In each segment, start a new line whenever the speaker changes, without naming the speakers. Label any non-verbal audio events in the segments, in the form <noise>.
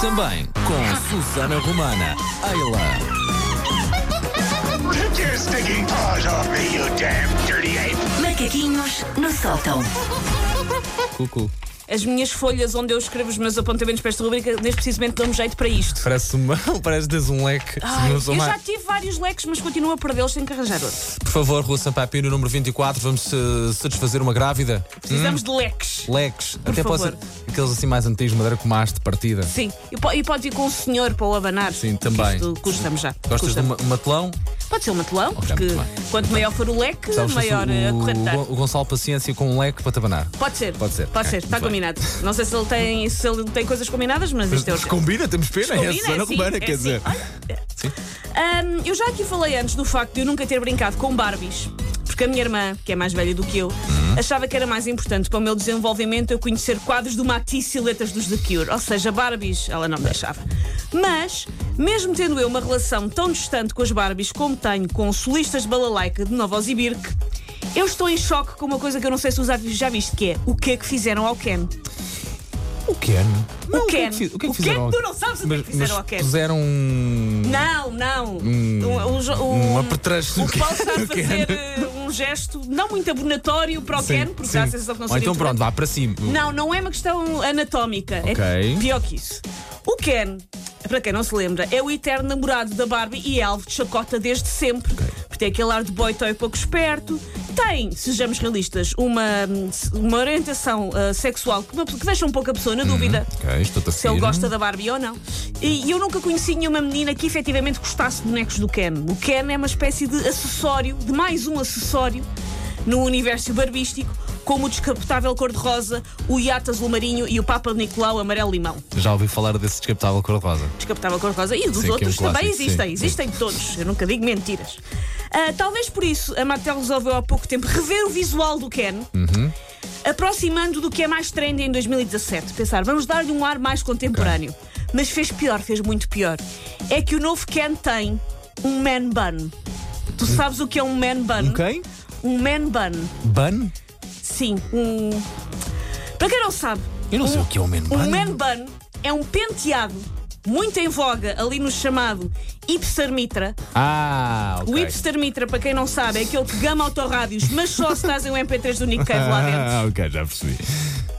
Também com Susana Romana. Ayla.
Take your stinking paws off me, you damn dirty ape!
Macaquinhos no sótão.
Cucu.
As minhas folhas onde eu escrevo os meus apontamentos para esta rubrica, neste precisamente dão-me jeito para isto.
Parece uma, <laughs> parece que tens um leque.
Ai,
não
eu
sou mais.
já tive vários leques, mas continuo a perdê-los, tenho que arranjar outro.
Por favor, Rua Sampaio no número 24, vamos eh, satisfazer uma grávida.
Precisamos de leques.
Leques.
Por
Até
favor.
pode ser aqueles assim mais antigos, madeira com haste de partida.
Sim, e, po- e pode vir com o senhor para o abanar.
Sim,
porque
também.
Isto custa-me já.
Gostas de
custa-me.
uma- um matelão?
Pode ser um matelão, porque
muito bem.
quanto maior for o leque,
Sabes,
maior eh,
o,
a
o,
corrente dá.
Gon- o Gonçalo Paciência com um leque para tabanar.
Pode ser.
Pode ser.
Pode
Ok,
ser,
muito
está
bem.
combinado. Não sei se ele tem, se ele tem coisas combinadas, mas isto é o que-
combina, temos pena,
Combina, assim, é assim. Olha,
Sim.
Ahm, eu já aqui falei antes do facto de eu nunca ter brincado com Barbies, porque a minha irmã, que é mais velha do que eu, achava que era mais importante para o meu desenvolvimento eu conhecer quadros do Matisse e letras dos The Cure. Ou seja, Barbies, ela não me deixava. Mas, mesmo tendo eu uma relação tão distante com as Barbies como tenho com solistas de balalaika de Novosibirsk, eu estou em choque com uma coisa que eu não sei se os árbitros já viste, que é o que é que fizeram ao Ken.
O Ken. Não,
o
que é
Ken.
que fi- O que é que
O Ken,
fizeram? ao-
tu não sabes o que é que
Mas-
fizeram
mas
ao Ken.
Puseram um.
Não, não. O- o jo- o-
Um apetrecho do
O Paulo está
Ken.
a fazer eh, um gesto não muito abonatório para o Ken, porque dá a sensação que não
Ou
seria
então pronto, vá para cima.
Não, não é uma questão anatómica.
Ok.
É pior que isso. O Ken, para quem não se lembra, é o eterno namorado da Barbie e é alvo de chacota desde sempre. Porque tem aquele ar de boy toy pouco esperto. Tem, sejamos realistas, uma, uma orientação ah, sexual que, uma- que deixa um pouco a pessoa na dúvida
Uhum. Ok, estou a
se ele gosta da Barbie ou não. E eu nunca conheci nenhuma menina que efetivamente gostasse de bonecos do Ken. O Ken é uma espécie de acessório, de mais um acessório no universo barbístico, como o descapotável cor-de-rosa, o iate azul marinho e o Papa Nicolau amarelo-limão.
Já ouvi falar desse descapotável cor-de-rosa.
Descapotável cor-de-rosa e dos
Sim, que é um
outros também
clássico,
existem,
sim.
existem todos. Eu nunca digo mentiras. Ah, talvez por isso a Mattel resolveu há pouco tempo rever o visual do Ken.
Uhum.
Aproximando do que é mais trendy em 2017. Pensar, vamos dar-lhe um ar mais contemporâneo. Mas fez pior, fez muito pior. É que o novo Ken tem um man bun. Tu sabes o que é um man bun?
Hum. Um quem?
Um man bun.
Bun?
Sim, um. Para quem não sabe,
Eu não sei o que é um man
um
bun.
man bun é um penteado muito em voga ali no chamado hipster mitra.
Ah,
O
ok.
hipster mitra, para quem não sabe, é aquele que gama autorrádios, mas só se trazem um o MP3 do Nick Cave é lá dentro.
Ah, <laughs> ok, já percebi.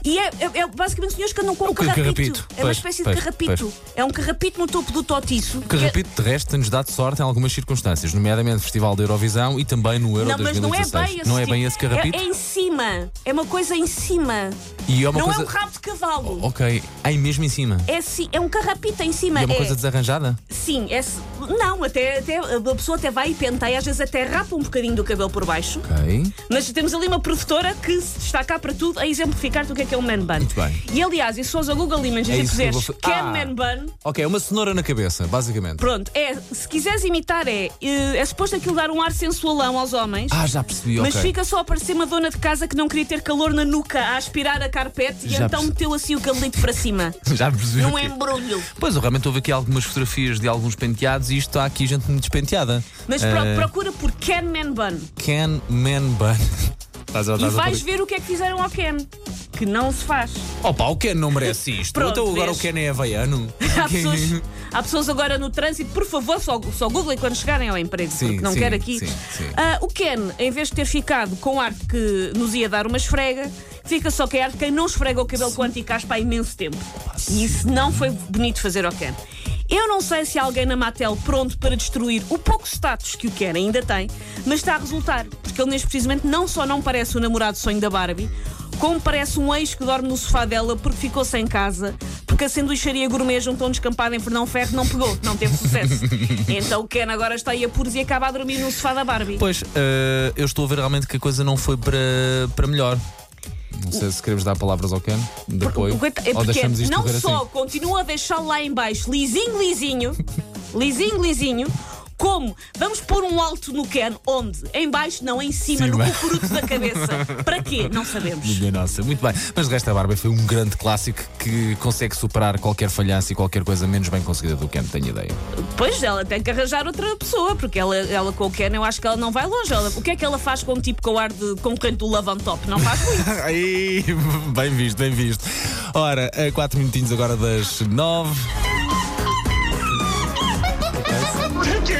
E é, é- é basicamente senhores que andam com um
ca-
carrapito.
carrapito.
É uma
Pois,
espécie
pois,
de carrapito. É um carrapito no topo do totiço.
Que repito, de resto, tem-nos dado sorte em algumas circunstâncias, nomeadamente no Festival da Eurovisão e também no Euro
Não, mas não é
2016.
bem esse
Não é
tipo.
bem esse carrapito?
É, é em cima. É uma coisa em cima.
E é uma
não
coisa.
é um rabo de cavalo.
Ok, aí mesmo em cima.
É, si- é um carrapito em cima.
E é uma
É-
coisa desarranjada?
Sim, é, se- não, até, até a pessoa até vai e penteia, às vezes até rapa um bocadinho do cabelo por baixo.
Ok.
Mas temos ali uma produtora que se destaca para tudo a exemplificar-te o que é que é um man bun.
Muito bem.
E aliás, e se fores ao Google Images
É
e
isso que eu
puseres
vou fa-
Ken
Ah!
Man Bun,
Ok, uma cenoura na cabeça, basicamente.
pronto, é, se quiseres imitar, é, eh, é suposto aquilo dar um ar sensualão aos homens.
Ah, já percebi,
Mas
ok.
fica só a parecer uma dona de casa que não queria ter calor na nuca a aspirar a
Já
carpete e então
percebi.
meteu assim o cabelito
<laughs>
para cima.
Já percebi.
Num
o quê?
embrulho.
Pois, eu realmente houve aqui algumas fotografias de alguns penteados e isto está aqui gente muito despenteada.
Mas pro-
Eh.
procura por Ken Man Bun.
Can Man
<laughs>
Bun. Estás a,
E
estás a
vais
fazer-
ver o que é que fizeram ao Ken. Que não se faz.
<laughs> Opa, o Ken não merece isto.
Pronto,
então agora
vês.
o Ken é havaiano.
<laughs> Há
Quem-
pessoas, há pessoas agora no trânsito, por favor, só, só googlem quando chegarem ao emprego,
Sim,
porque não
sim,
quero aqui.
sim, sim.
Ah, o Ken, em vez de ter ficado com ar que nos ia dar uma esfrega, fica só que é ar de quem não esfrega o cabelo com anticaspa há imenso tempo. E isso não foi bonito fazer ao Ken. Eu não sei se há alguém na Mattel pronto para destruir o pouco status que o Ken ainda tem, mas está a resultar, porque ele neste precisamente não só não parece o namorado sonho da Barbie, como parece um ex que dorme no sofá dela porque ficou sem casa, porque a sanduicharia gourmet juntou um descampado em Fernão Ferro não pegou, não teve sucesso. Então o Ken agora está aí a puros e acaba a dormir no sofá da Barbie.
Pois, eh, eu estou a ver realmente que a coisa não foi para, para melhor. Não sei se queremos dar palavras ao Ken de apoio.
O coita- é
ou
porque
deixamos isto
não
correr
só
assim.
continua a deixá-lo lá em baixo,
<laughs>
lisinho, lisinho, lisinho, lisinho, como vamos pôr um alto no Ken, onde? Em baixo, não, em cima,
Cima.
no cucuruto da cabeça. Para quê? Não sabemos.
Minha nossa, muito bem. Mas de resto, a Barbie foi um grande clássico que consegue superar qualquer falhança e qualquer coisa menos bem conseguida do Ken, tenho ideia.
Pois ela tem que arranjar outra pessoa, porque ela, ela com o Ken eu acho que ela não vai longe. Ela- o que é que ela faz com um tipo com o ar de concorrente do Love on Top? Não faz muito.
<laughs> Ai, bem visto, bem visto. Ora, a 4 minutinhos agora das 9.
your